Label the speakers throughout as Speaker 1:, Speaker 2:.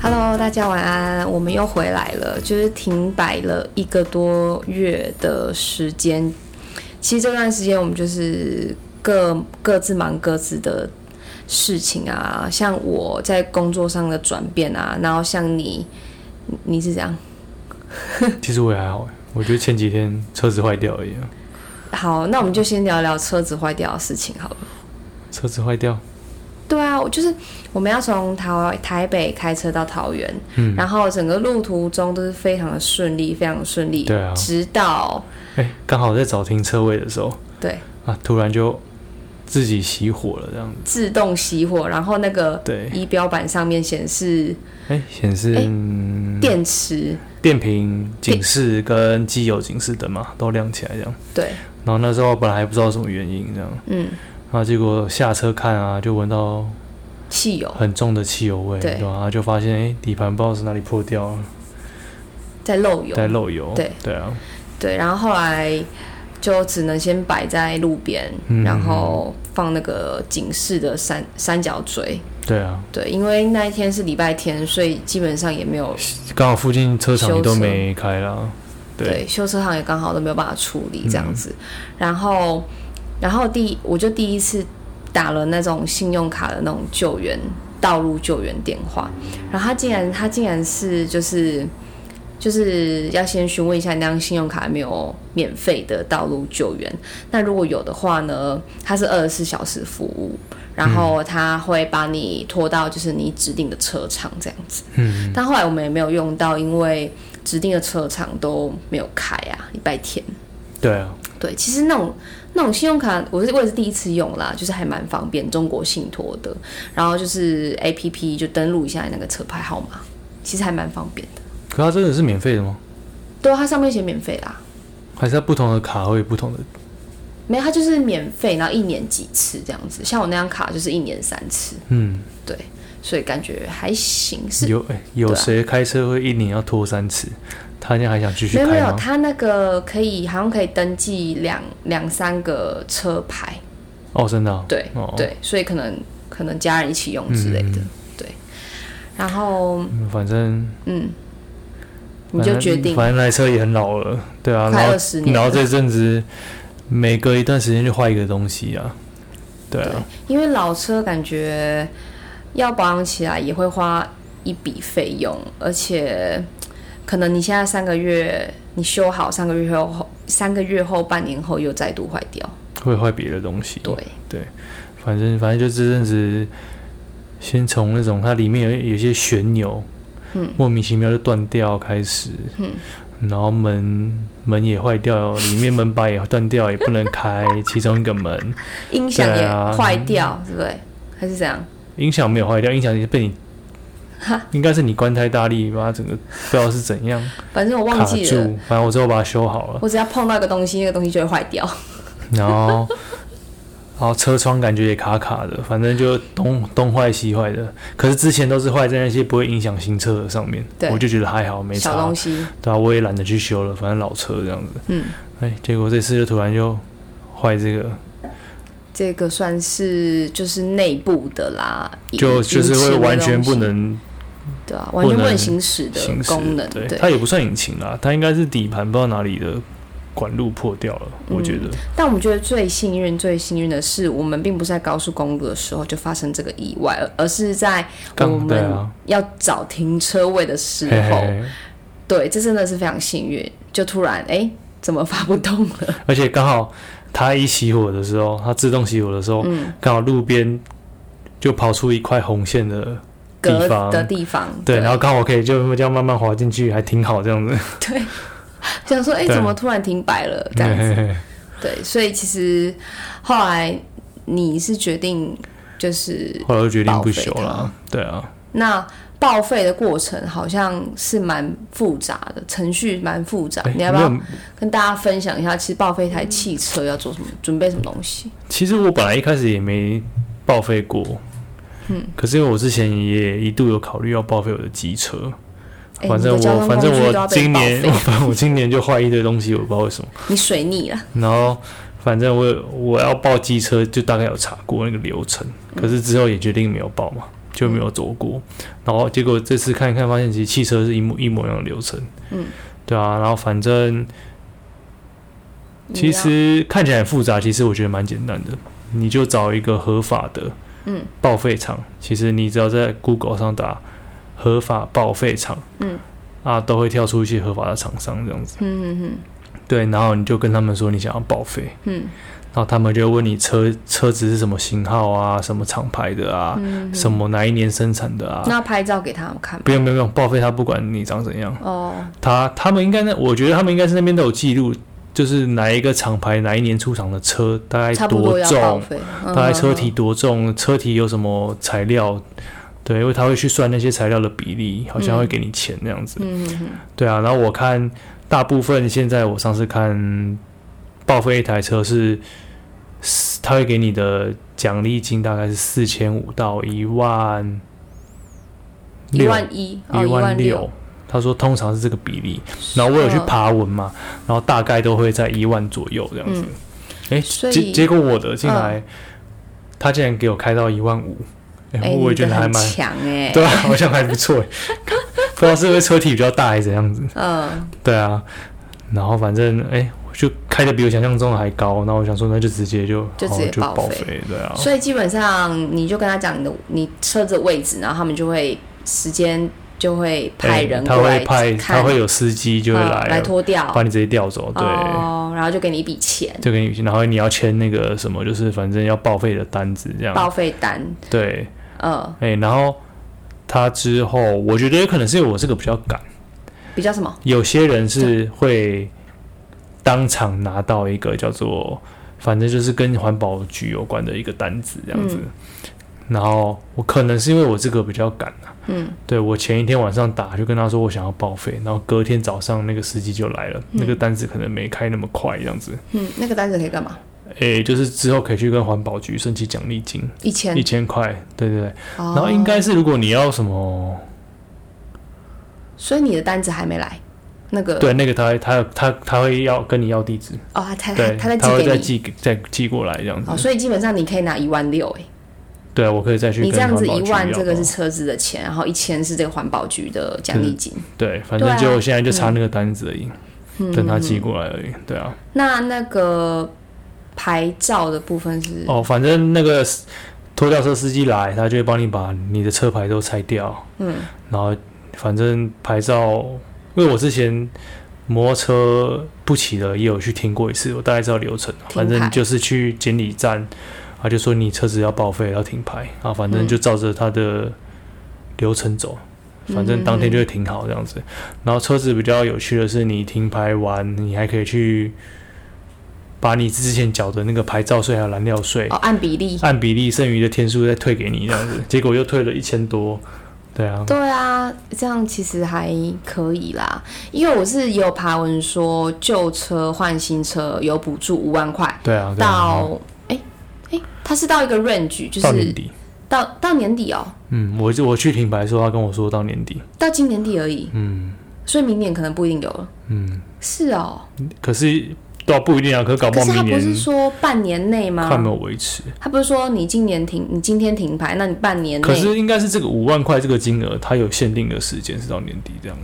Speaker 1: Hello，大家晚安，我们又回来了，就是停摆了一个多月的时间。其实这段时间我们就是各各自忙各自的事情啊，像我在工作上的转变啊，然后像你，你你是怎样？
Speaker 2: 其实我也还好欸，我觉得前几天车子坏掉而已啊、
Speaker 1: 好，那我们就先聊聊车子坏掉的事情好了。
Speaker 2: 车子坏掉，
Speaker 1: 对啊，我就是我们要从桃台北开车到桃园，
Speaker 2: 嗯
Speaker 1: 然后整个路途中都是非常的顺利，非常的顺利，
Speaker 2: 对啊
Speaker 1: 直到
Speaker 2: 哎、刚好在找停车位的时候
Speaker 1: 对
Speaker 2: 啊，突然就自己熄火了，这样子。
Speaker 1: 自动熄火，然后那个
Speaker 2: 对
Speaker 1: 仪表板上面显示
Speaker 2: 哎、显示、
Speaker 1: 嗯哎
Speaker 2: 嗯
Speaker 1: 电池，
Speaker 2: 电瓶警示跟机油警示灯嘛都亮起来这样。
Speaker 1: 对，
Speaker 2: 然后那时候本来还不知道什么原因这样，
Speaker 1: 嗯，
Speaker 2: 然后结果下车看啊，就闻到
Speaker 1: 汽油
Speaker 2: 很重的汽油味，
Speaker 1: 对
Speaker 2: 对吧、然后就发现哎、底盘不知道是哪里破掉了，
Speaker 1: 在漏油，
Speaker 2: 在漏油。
Speaker 1: 对
Speaker 2: 对啊，
Speaker 1: 对，然后后来就只能先摆在路边，
Speaker 2: 嗯
Speaker 1: 然后放那个警示的三三角锥，
Speaker 2: 对啊，
Speaker 1: 对，因为那一天是礼拜天，所以基本上也没有
Speaker 2: 刚好附近车厂也都
Speaker 1: 修车
Speaker 2: 没开啦。对，
Speaker 1: 对，修车行也刚好都没有办法处理这样子。然后，然后第我就第一次打了那种信用卡的那种救援道路救援电话，然后他竟然他竟然是就是就是要先询问一下你那张信用卡有没有免费的道路救援，那如果有的话呢，它是二十四小时服务。然后他会把你拖到就是你指定的车场这样子，
Speaker 2: 嗯，
Speaker 1: 但后来我们也没有用到，因为指定的车场都没有开啊，礼拜天。
Speaker 2: 对啊，
Speaker 1: 对，其实那种那种信用卡，我是我也是第一次用啦，就是还蛮方便，中国信托的。然后就是 A P P 就登录一下你那个车牌号码，其实还蛮方便的。
Speaker 2: 可它真的是免费的吗？
Speaker 1: 对啊，它上面写免费啦，
Speaker 2: 还是它不同的卡会有不同的？
Speaker 1: 没有它就是免费，然后一年几次这样子。像我那张卡就是一年三次，
Speaker 2: 嗯，
Speaker 1: 对，所以感觉还行。是
Speaker 2: 有哎、有
Speaker 1: 对啊
Speaker 2: 谁开车会一年要拖三次？他现在还想继续
Speaker 1: 没有没
Speaker 2: 开
Speaker 1: 有，
Speaker 2: 吗？
Speaker 1: 它那个可以好像可以登记两两三个车牌，
Speaker 2: 哦，真的啊、
Speaker 1: 对、
Speaker 2: 哦
Speaker 1: 对，所以可能可能家人一起用之类的，对。然后
Speaker 2: 嗯反正
Speaker 1: 嗯，你就
Speaker 2: 反正
Speaker 1: 决定
Speaker 2: 反正那车也很老了，对啊，
Speaker 1: 快
Speaker 2: 然后
Speaker 1: 20年了
Speaker 2: 然后这阵子每隔一段时间就换一个东西啊，对啊，
Speaker 1: 因为老车感觉要保养起来也会花一笔费用，而且可能你现在三个月你修好，三个月后三个月后半年后又再度坏掉，
Speaker 2: 会换别的东西，
Speaker 1: 对，啊
Speaker 2: 反正反正就这阵子，先从那种它里面有有一些旋钮，
Speaker 1: 嗯
Speaker 2: 莫名其妙就断掉开始，
Speaker 1: 嗯
Speaker 2: 然后门门也坏掉，里面门把也断掉，也不能开其中一 个门，
Speaker 1: 音响
Speaker 2: 对
Speaker 1: 也
Speaker 2: 啊
Speaker 1: 坏掉，对不对？还是怎样？
Speaker 2: 音响没有坏掉，音响也是被你，应该是你关太大力，把它整个不知道是怎样
Speaker 1: 反正我忘
Speaker 2: 卡
Speaker 1: 记
Speaker 2: 住
Speaker 1: 了，，
Speaker 2: 反正我之后把它修好了，
Speaker 1: 我只要碰到一个东西，那个东西就会坏掉。
Speaker 2: 然后。然后车窗感觉也卡卡的，反正就东东坏西坏的。可是之前都是坏在那些不会影响行车的上面，
Speaker 1: 对
Speaker 2: 我就觉得还好，没差。
Speaker 1: 小东西，
Speaker 2: 对啊，我也懒得去修了，反正老车这样子。
Speaker 1: 嗯，
Speaker 2: 哎，结果这次就突然就坏这个，
Speaker 1: 这个算是就是内部的啦，
Speaker 2: 就
Speaker 1: 引
Speaker 2: 就是
Speaker 1: 引擎
Speaker 2: 会
Speaker 1: 的
Speaker 2: 完全
Speaker 1: 东西
Speaker 2: 不能
Speaker 1: 对啊，完全不
Speaker 2: 不
Speaker 1: 能
Speaker 2: 能
Speaker 1: 行驶的
Speaker 2: 行驶。
Speaker 1: 功能，
Speaker 2: 对，它也不算引擎啦，它应该是底盘不知道哪里的管路破掉了，我觉得。
Speaker 1: 但我们觉得最幸运、最幸运的是，我们并不是在高速公路的时候就发生这个意外，而而是在
Speaker 2: 刚
Speaker 1: 我
Speaker 2: 对
Speaker 1: 们
Speaker 2: 啊
Speaker 1: 要找停车位的时
Speaker 2: 嘿嘿
Speaker 1: 候，
Speaker 2: 嘿，
Speaker 1: 对，这真的是非常幸运，就突然哎、诶怎么发不动了？
Speaker 2: 而且刚好它一熄火的时候，它自动熄火的时候，
Speaker 1: 嗯，
Speaker 2: 刚好路边就跑出一块红线的。
Speaker 1: 隔
Speaker 2: 地方
Speaker 1: 的地方，
Speaker 2: 对，然后刚好可以就这样慢慢滑进去，还挺好这样子。
Speaker 1: 对，想说哎、诶
Speaker 2: 对啊
Speaker 1: 怎么突然停摆了？这样子，
Speaker 2: 嘿嘿嘿
Speaker 1: 对，所以其实后来你是决定就是
Speaker 2: 后来我就决定不修
Speaker 1: 报
Speaker 2: 了。对啊，
Speaker 1: 那报废的过程好像是蛮复杂的，程序蛮复杂。
Speaker 2: 哎
Speaker 1: 你要不
Speaker 2: 没有
Speaker 1: 要跟大家分享一下？其实报废一台汽车要做什么，准备什么东西？
Speaker 2: 其实我本来一开始也没报废过，嗯，可是因为我之前也一度有考虑要报废我的机车，
Speaker 1: 哎
Speaker 2: 反
Speaker 1: 你
Speaker 2: 正
Speaker 1: 的交
Speaker 2: 我
Speaker 1: 通
Speaker 2: 反正
Speaker 1: 工具都
Speaker 2: 我
Speaker 1: 要被
Speaker 2: 今
Speaker 1: 报
Speaker 2: 年
Speaker 1: 废
Speaker 2: 我今年就坏一堆东西，我不知道为什么。
Speaker 1: 你水逆了，
Speaker 2: 然后反正我我要报机车，就大概有查过那个流程，可是之后也决定没有报嘛。就没有走过。然后结果这次看一看，发现其实汽车是一模一模一样的流程。
Speaker 1: 嗯，
Speaker 2: 对啊。然后反正
Speaker 1: 你
Speaker 2: 其
Speaker 1: 要
Speaker 2: 实看起来很复杂，其实我觉得蛮简单的。你就找一个合法的
Speaker 1: 嗯
Speaker 2: 报废厂，其实你只要在 Google 上打合法报废厂，
Speaker 1: 嗯
Speaker 2: 啊，都会跳出一些合法的厂商这样子。
Speaker 1: 嗯嗯
Speaker 2: 对，然后你就跟他们说你想要报废，
Speaker 1: 嗯
Speaker 2: 然后他们就会问你车车子是什么型号啊，什么厂牌的啊，
Speaker 1: 嗯，
Speaker 2: 什么哪一年生产的啊？
Speaker 1: 那拍照给他们看吧。
Speaker 2: 不用不用不用，报废他不管你长怎样，
Speaker 1: 哦，
Speaker 2: 他他们应该那，我觉得他们应该是那边都有记录，就是哪一个厂牌哪一年出厂的车，大概
Speaker 1: 差不多
Speaker 2: 多
Speaker 1: 要报嗯
Speaker 2: 重，
Speaker 1: 废，
Speaker 2: 大
Speaker 1: 嗯
Speaker 2: 概车体，多重，车体有什么材料，对，因为他会去算那些材料的比例，好像会给你钱那样子。
Speaker 1: 嗯嗯嗯
Speaker 2: 对啊，然后我看大部分现在我上次看报废一台车是，是他会给你的奖励金大概是四千五到一万
Speaker 1: 嗯，一
Speaker 2: 六
Speaker 1: 万一，哦
Speaker 2: 一
Speaker 1: 一
Speaker 2: 万
Speaker 1: 六
Speaker 2: 六，。他说通常是这个比例，然后我有去
Speaker 1: 嗯
Speaker 2: 爬文嘛，然后大概都会在一万左右这样子
Speaker 1: 嗯。
Speaker 2: 哎、
Speaker 1: 所
Speaker 2: 结
Speaker 1: 以嗯
Speaker 2: 结果我的进来，他竟然给我开到一万五，哎、
Speaker 1: 哎，
Speaker 2: 我也
Speaker 1: 你
Speaker 2: 觉
Speaker 1: 的
Speaker 2: 得还
Speaker 1: 很
Speaker 2: 蛮
Speaker 1: 强哎，
Speaker 2: 对啊，好像还不错哎，不知道是不是车体比较大还是怎样子。
Speaker 1: 嗯
Speaker 2: 对啊，然后反正哎、我就开的比我想象中的还高，那我想说那就直接就
Speaker 1: 就直
Speaker 2: 好
Speaker 1: 接
Speaker 2: 就
Speaker 1: 报
Speaker 2: 报
Speaker 1: 废
Speaker 2: 废，对啊，
Speaker 1: 所以基本上你就跟他讲你的你车子的位置，然后他们就会时间就会派
Speaker 2: 哎
Speaker 1: 人
Speaker 2: 他
Speaker 1: 过来
Speaker 2: 会派
Speaker 1: 看，
Speaker 2: 他会有司机就会
Speaker 1: 嗯
Speaker 2: 来、啊
Speaker 1: 来拖掉，
Speaker 2: 把你直接调走，对，
Speaker 1: 哦，然后就给你一笔钱
Speaker 2: 就给你，然后你要签那个什么，就是反正要报废的单子这
Speaker 1: 报
Speaker 2: 样，
Speaker 1: 废单，
Speaker 2: 对，
Speaker 1: 嗯，
Speaker 2: 哎、然后他之后，我觉得有可能是因为我这个比较赶，
Speaker 1: 比较什么？
Speaker 2: 有些人是会当场拿到一个叫做，反正就是跟环保局有关的一个单子这样子。
Speaker 1: 嗯
Speaker 2: 然后我可能是因为我这个比较赶啊，
Speaker 1: 嗯，
Speaker 2: 对我前一天晚上打就跟他说我想要报废，然后隔天早上那个司机就来了，那个单子可能没开那么快这样子。
Speaker 1: 嗯，那个单子可以干嘛？
Speaker 2: 诶，就是之后可以去跟环保局申请奖励金
Speaker 1: 一千哦
Speaker 2: 一，千块，对对对。
Speaker 1: 然
Speaker 2: 然后应，该是如果你要什么，
Speaker 1: 所以你的单子还没来，那个
Speaker 2: 对那个他他他他会要跟你要地址。
Speaker 1: 哦，他他
Speaker 2: 对，
Speaker 1: 他在
Speaker 2: 会
Speaker 1: 寄
Speaker 2: 再
Speaker 1: 给你。
Speaker 2: 寄给再寄过来这样子。
Speaker 1: 哦，所以基本上你可以拿一万六，哎，
Speaker 2: 对，我可以再去
Speaker 1: 你
Speaker 2: 跟
Speaker 1: 这样子
Speaker 2: 环保
Speaker 1: 一
Speaker 2: 局
Speaker 1: 万，
Speaker 2: 要
Speaker 1: 这个
Speaker 2: 到
Speaker 1: 是车子的钱，然后一千是这个环保局的奖
Speaker 2: 嗯
Speaker 1: 励金。
Speaker 2: 对，反
Speaker 1: 对
Speaker 2: 正
Speaker 1: 啊
Speaker 2: 就现在就差那个单子而已，
Speaker 1: 嗯
Speaker 2: 等他寄过来而已。对啊，
Speaker 1: 那那个牌照的部分是，
Speaker 2: 哦，反正那个拖吊车司机来，他就会帮你把你的车牌都拆掉，
Speaker 1: 嗯
Speaker 2: 然后反正牌照，因为我之前。摩托车不骑的也有去听过一次，我大概知道流程，
Speaker 1: 停
Speaker 2: 反正
Speaker 1: 牌
Speaker 2: 就是去监理站，他就说你车子要报废要停牌啊，反正
Speaker 1: 嗯
Speaker 2: 就照着他的流程走，反正当天就会停好这样子。然后车子比较有趣的是，你停牌完，你还可以去把你之前缴的那个牌照税还有燃料税，
Speaker 1: 哦，按比例。
Speaker 2: 按比例剩余的天数再退给你这样子。结果又退了一千多，对啊，
Speaker 1: 对啊，这样其实还可以啦，因为我是有爬文说旧车换新车有补助五万块，
Speaker 2: 对啊，对啊
Speaker 1: 到哎哎，它是到一个 range，就
Speaker 2: 到年
Speaker 1: 是
Speaker 2: 底。
Speaker 1: 到到年底哦，
Speaker 2: 嗯，我就我去停牌的时候，他跟我说到年底。
Speaker 1: 到今年底而已，
Speaker 2: 嗯
Speaker 1: 所以明年可能不一定有了。
Speaker 2: 嗯，
Speaker 1: 是哦，
Speaker 2: 可是倒不一定啊，可是搞
Speaker 1: 可
Speaker 2: 不好
Speaker 1: 是他
Speaker 2: 明
Speaker 1: 不
Speaker 2: 年
Speaker 1: 是说啊半年内吗
Speaker 2: 看？没有维持。
Speaker 1: 他不是说你今年停，你今天停牌，那你半年
Speaker 2: 可
Speaker 1: 内
Speaker 2: 是应该是这个五万块这个金额，它有限定的时间是到年底这样。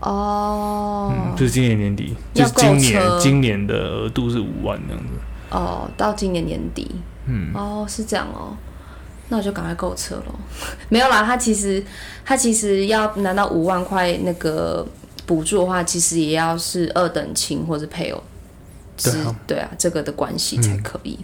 Speaker 1: 哦、
Speaker 2: 嗯，就是今年年底，就
Speaker 1: 要
Speaker 2: 是今
Speaker 1: 购
Speaker 2: 年
Speaker 1: 车
Speaker 2: 今年的额度是五万这样子。
Speaker 1: 哦，到今年年底
Speaker 2: 嗯，
Speaker 1: 哦，是这样哦。那我就赶快购车咯。 没有啦，他其实他其实要拿到五万块那个补助的话，其实也要是二等亲或是配偶之
Speaker 2: 对啊嗯
Speaker 1: 对啊这个的关系才可以，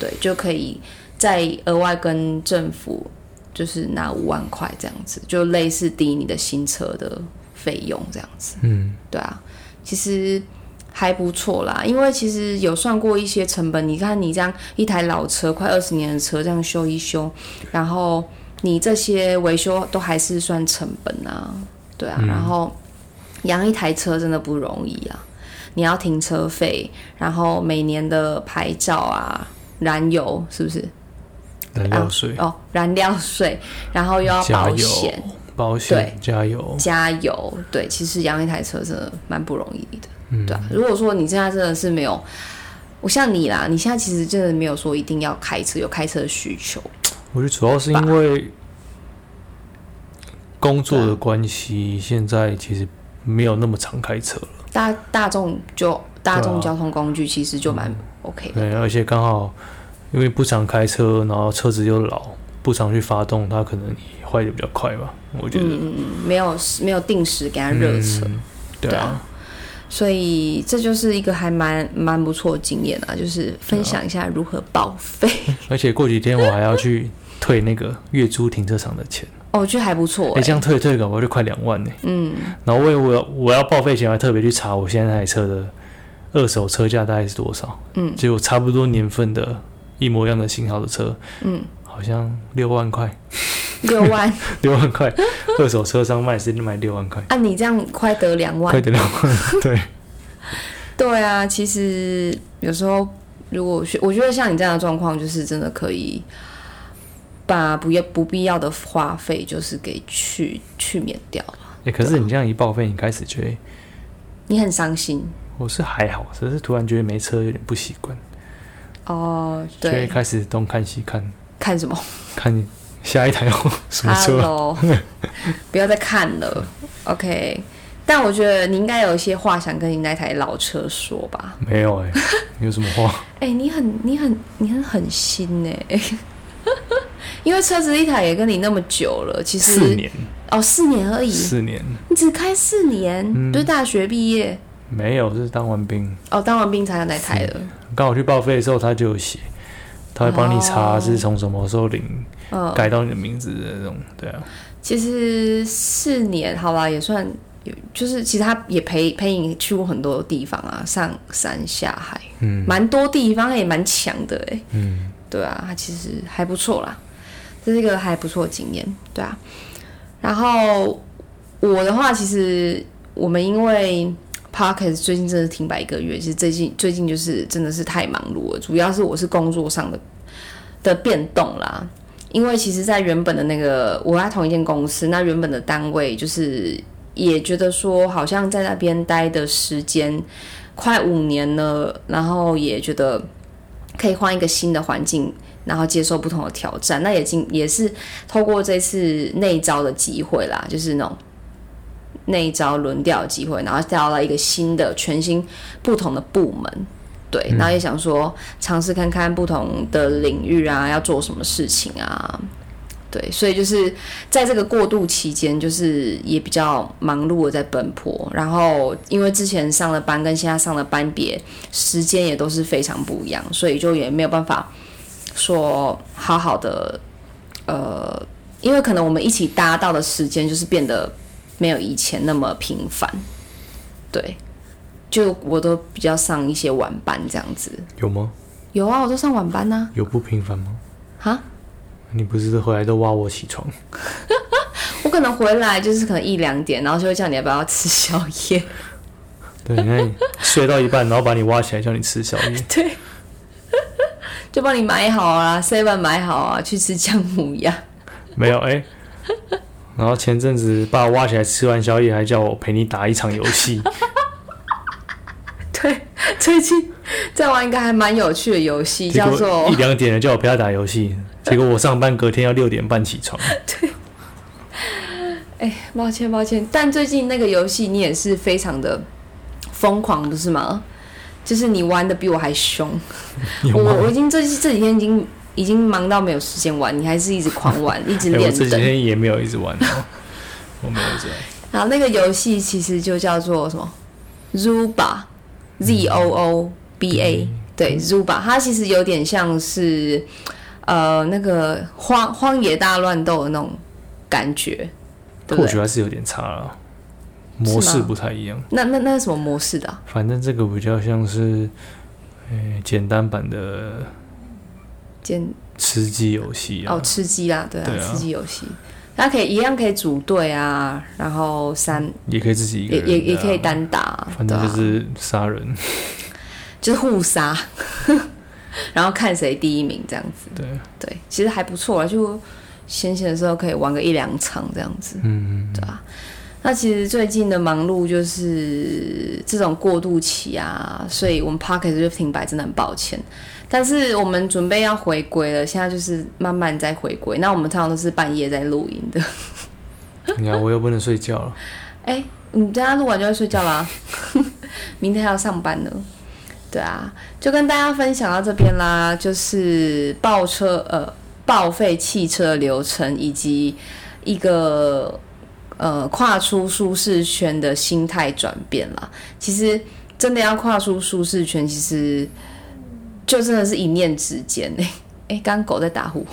Speaker 1: 对，就可以再额外跟政府就是拿五万块这样子，就类似抵你的新车的费用这样子。
Speaker 2: 嗯，
Speaker 1: 对啊，其实还不错啦，因为其实有算过一些成本。你看，你这样一台老车，快二十年的车，这样修一修，然后你这些维修都还是算成本啊，对
Speaker 2: 嗯
Speaker 1: 啊，然后养一台车真的不容易啊。你要停车费，然后每年的牌照啊、燃油是不是？
Speaker 2: 燃料税、
Speaker 1: 哦，燃料税，然后又要
Speaker 2: 加
Speaker 1: 保
Speaker 2: 油
Speaker 1: 险、
Speaker 2: 保险、加油，
Speaker 1: 加油，对，其实养一台车真的蛮不容易的，
Speaker 2: 嗯
Speaker 1: 对啊。如果说你现在真的是没有，我像你啦，你现在其实真的没有说一定要开车，有开车的需求，
Speaker 2: 我觉得主要是因为工作的关系，现在其实没有那么常开车了。
Speaker 1: 大大众就大
Speaker 2: 对
Speaker 1: 众
Speaker 2: 啊嗯
Speaker 1: 交通工具其实就蛮 OK 的，
Speaker 2: 对，而且刚好因为不常开车，然后车子又老，不常去发动，它可能也坏的比较快吧。我觉得，
Speaker 1: 嗯嗯嗯，没有没有定时给他热车，
Speaker 2: 嗯对
Speaker 1: 对
Speaker 2: 啊
Speaker 1: 啊，所以这就是一个还蛮蛮不错的经验啊，就是分享一下如何报废。
Speaker 2: 而且过几天我还要去退那个月租停车场的钱，
Speaker 1: 哦，我觉得还不错
Speaker 2: 哎、
Speaker 1: 哎、
Speaker 2: 这样退退搞不好就快两万呢、
Speaker 1: 嗯，
Speaker 2: 然后为我我要报废前，我还特别去查我现在那台车的二手车价大概是多少。
Speaker 1: 嗯
Speaker 2: 结果差不多年份的一模一样的型号的车，
Speaker 1: 嗯，
Speaker 2: 好像六万块，
Speaker 1: 六万，
Speaker 2: 六万块，二手车商卖是卖六万块，
Speaker 1: 啊，你这样快得两
Speaker 2: 快
Speaker 1: 万，
Speaker 2: 点六万，对，
Speaker 1: 对啊，其实有时候如果学，我觉得像你这样的状况，就是真的可以把不要不必要的花费，就是给去去免掉了，
Speaker 2: 欸可是你这样一报废，你开始觉得
Speaker 1: 你很伤心
Speaker 2: 我是还好，只是突然觉得没车有点不习惯，
Speaker 1: 哦，
Speaker 2: 就会
Speaker 1: 对，
Speaker 2: 开始东看西看，
Speaker 1: 看 什么
Speaker 2: 看你下一台要什么车。啊
Speaker 1: ？Hello，不要再看 了，OK。但我觉得你应该有一些话想跟你那台老车说吧？
Speaker 2: 没有哎、有什么话？
Speaker 1: 哎、你很你很你很狠心哎、 因为车子一台也跟你那么久了，其实
Speaker 2: 四年，
Speaker 1: 哦四年而已，
Speaker 2: 四年
Speaker 1: 你只开四年，
Speaker 2: 嗯
Speaker 1: 就是大学毕业
Speaker 2: 没有，是当完兵。
Speaker 1: 哦，当完兵才有那台的。
Speaker 2: 刚好去报废的时候，他就有写，他会帮你查
Speaker 1: 哦
Speaker 2: 是从什么时候领、
Speaker 1: 嗯，
Speaker 2: 改到你的名字的那种，对啊，
Speaker 1: 其实四年好啦，也算有，就是其实他也陪陪你去过很多地方啊，上山下海，
Speaker 2: 嗯
Speaker 1: 蛮多地方也蛮强的哎、
Speaker 2: 嗯，
Speaker 1: 对啊，他其实还不错啦，这是一个还不错的经验，对啊。然后我的话，其实我们因为 p o c k e t 最近真的停摆一个月，其实最近最近就是真的是太忙碌了，主要是我是工作上的的变动啦。因为其实，在原本的那个我在同一间公司，那原本的单位就是也觉得说，好像在那边待的时间快五年了，然后也觉得可以换一个新的环境，然后接受不同的挑战。那也经也是透过这次内招的机会啦，就是那种内招轮调的机会，然后调到一个新的、全新、不同的部门。对，然后也想说尝试看看不同的领域啊，要做什么事情啊。对，所以就是在这个过渡期间，就是也比较忙碌的在奔波，然后因为之前上的班跟现在上的班别时间也都是非常不一样，所以就也没有办法说好好的，呃，因为可能我们一起搭到的时间就是变得没有以前那么频繁，对，就我都比较上一些晚班这样子。
Speaker 2: 有吗？
Speaker 1: 有啊，我都上晚班呐、
Speaker 2: 有不平凡吗？
Speaker 1: 啊，
Speaker 2: 你不是回来都挖我起床？
Speaker 1: 我可能回来就是可能一两点，然后就会叫你要不要吃宵夜。
Speaker 2: 对，那你睡到一半，然后把你挖起来，叫你吃宵夜。
Speaker 1: 对，就帮你买好啊，seven 买好啊，去吃姜母鸭。
Speaker 2: 没有哎、然后前阵子爸挖起来吃完宵夜，还叫我陪你打一场游 戏。
Speaker 1: 对，最近在玩一个还蛮有趣的游戏，
Speaker 2: 结
Speaker 1: 叫
Speaker 2: 果
Speaker 1: 做
Speaker 2: 一两点了，叫我陪他打 游戏。结果我上班隔天要六点半起床，
Speaker 1: 哎， 抱歉抱歉，但最近那个游戏你也是非常的疯狂，不是吗？就是你玩的比我还 凶，
Speaker 2: 有
Speaker 1: 我
Speaker 2: 吗？
Speaker 1: 我已经这这几天已经已经忙到没有时间玩，你还是一直狂 玩，一直
Speaker 2: 哎、我
Speaker 1: 练
Speaker 2: 这几
Speaker 1: 等。
Speaker 2: 天也没有一直 玩哦，我没有一直玩。
Speaker 1: 然后那个游戏其实就叫做什么 Zuba，Z O O B A，对
Speaker 2: 嗯
Speaker 1: Zuba，它其实有点像是呃那个荒荒野大乱斗的那种感觉，对不
Speaker 2: 或许
Speaker 1: 对？
Speaker 2: 还是有点差了，模
Speaker 1: 是
Speaker 2: 式
Speaker 1: 吗
Speaker 2: 不太一样。
Speaker 1: 那那那是什么模式的啊、
Speaker 2: 反正这个比较像是，呃、简单版的
Speaker 1: 简
Speaker 2: 吃鸡游戏啊。
Speaker 1: 哦，吃鸡啦，对啊，
Speaker 2: 对啊
Speaker 1: 吃鸡游戏，它可以一样可以组队啊，然后三
Speaker 2: 也可以自己一个
Speaker 1: 也
Speaker 2: 人、
Speaker 1: 也也可以，单打啊，
Speaker 2: 反
Speaker 1: 对
Speaker 2: 正
Speaker 1: 啊
Speaker 2: 就是杀人。
Speaker 1: 就是互杀，然后看谁第一名这样子。
Speaker 2: 对
Speaker 1: 对，其实还不错啦，就闲闲的时候可以玩个一两场这样子。啊
Speaker 2: 嗯，
Speaker 1: 那其实最近的忙碌就是这种过渡期啊，所以我们 p o c k e t 就停摆，真的很抱歉。但是我们准备要回归了，现在就是慢慢在回归。那我们通常都是半夜在录音的，
Speaker 2: 你看我又不能睡觉了，
Speaker 1: 哎、你等下录完就要睡觉啦， 明天还要上班呢。对啊，就跟大家分享到这边啦，就是报车呃报废汽车的流程以及一个呃跨出舒适圈的心态转变啦。其实真的要跨出舒适圈，其实就真的是一念之间 诶、诶，刚刚狗在打呼，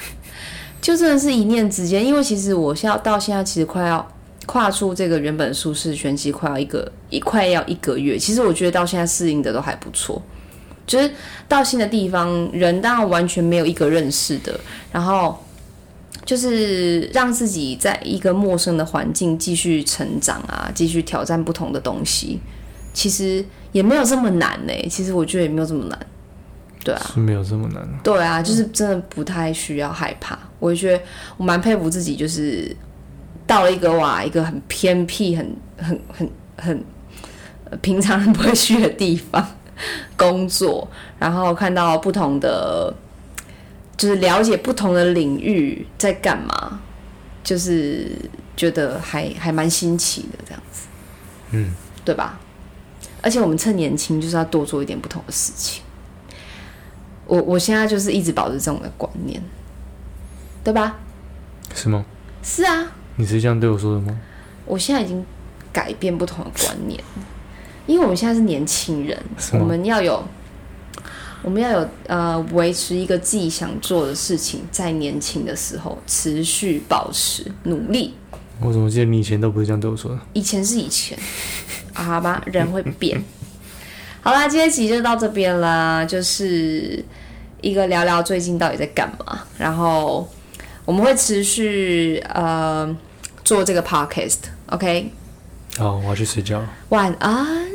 Speaker 1: 就真的是一念之间。因为其实我现在到现在其实快要跨出这个原本舒适圈，其实快要一个一快要一个月。其实我觉得到现在适应的都还不错，就是到新的地方，人当然完全没有一个认识的，然后就是让自己在一个陌生的环境继续成长啊，继续挑战不同的东西，其实也没有这么难呢、其实我觉得也没有这么难，对 啊。
Speaker 2: 是没有这么难啊。
Speaker 1: 对啊，就是真的不太需要害怕。我就觉得我蛮佩服自己，就是到了一个哇，一个很偏僻、很很很很呃平常人不会去的地方工作，然后看到不同的，就是了解不同的领域在干嘛，就是觉得还还蛮新奇的这样子，
Speaker 2: 嗯，
Speaker 1: 对吧？而且我们趁年轻，就是要多做一点不同的事情。我我现在就是一直保持这种的观念，对吧？
Speaker 2: 是吗？
Speaker 1: 是啊，
Speaker 2: 你是这样对我说的吗？
Speaker 1: 我现在已经改变不同的观念，因为我们现在是年轻人，
Speaker 2: 是
Speaker 1: 我
Speaker 2: 吗
Speaker 1: 们要有我们要有呃维持一个自己想做的事情，在年轻的时候持续保持努力。
Speaker 2: 我怎么记得你以前都不是这样对我说的？
Speaker 1: 以前是以前，啊、好吧，人会变。 好啦，今天集就到这边啦，就是一个聊聊最近到底在干嘛，然后我们会持续呃做这个 podcast，OK，、
Speaker 2: 好，我要去睡觉了。
Speaker 1: 晚安。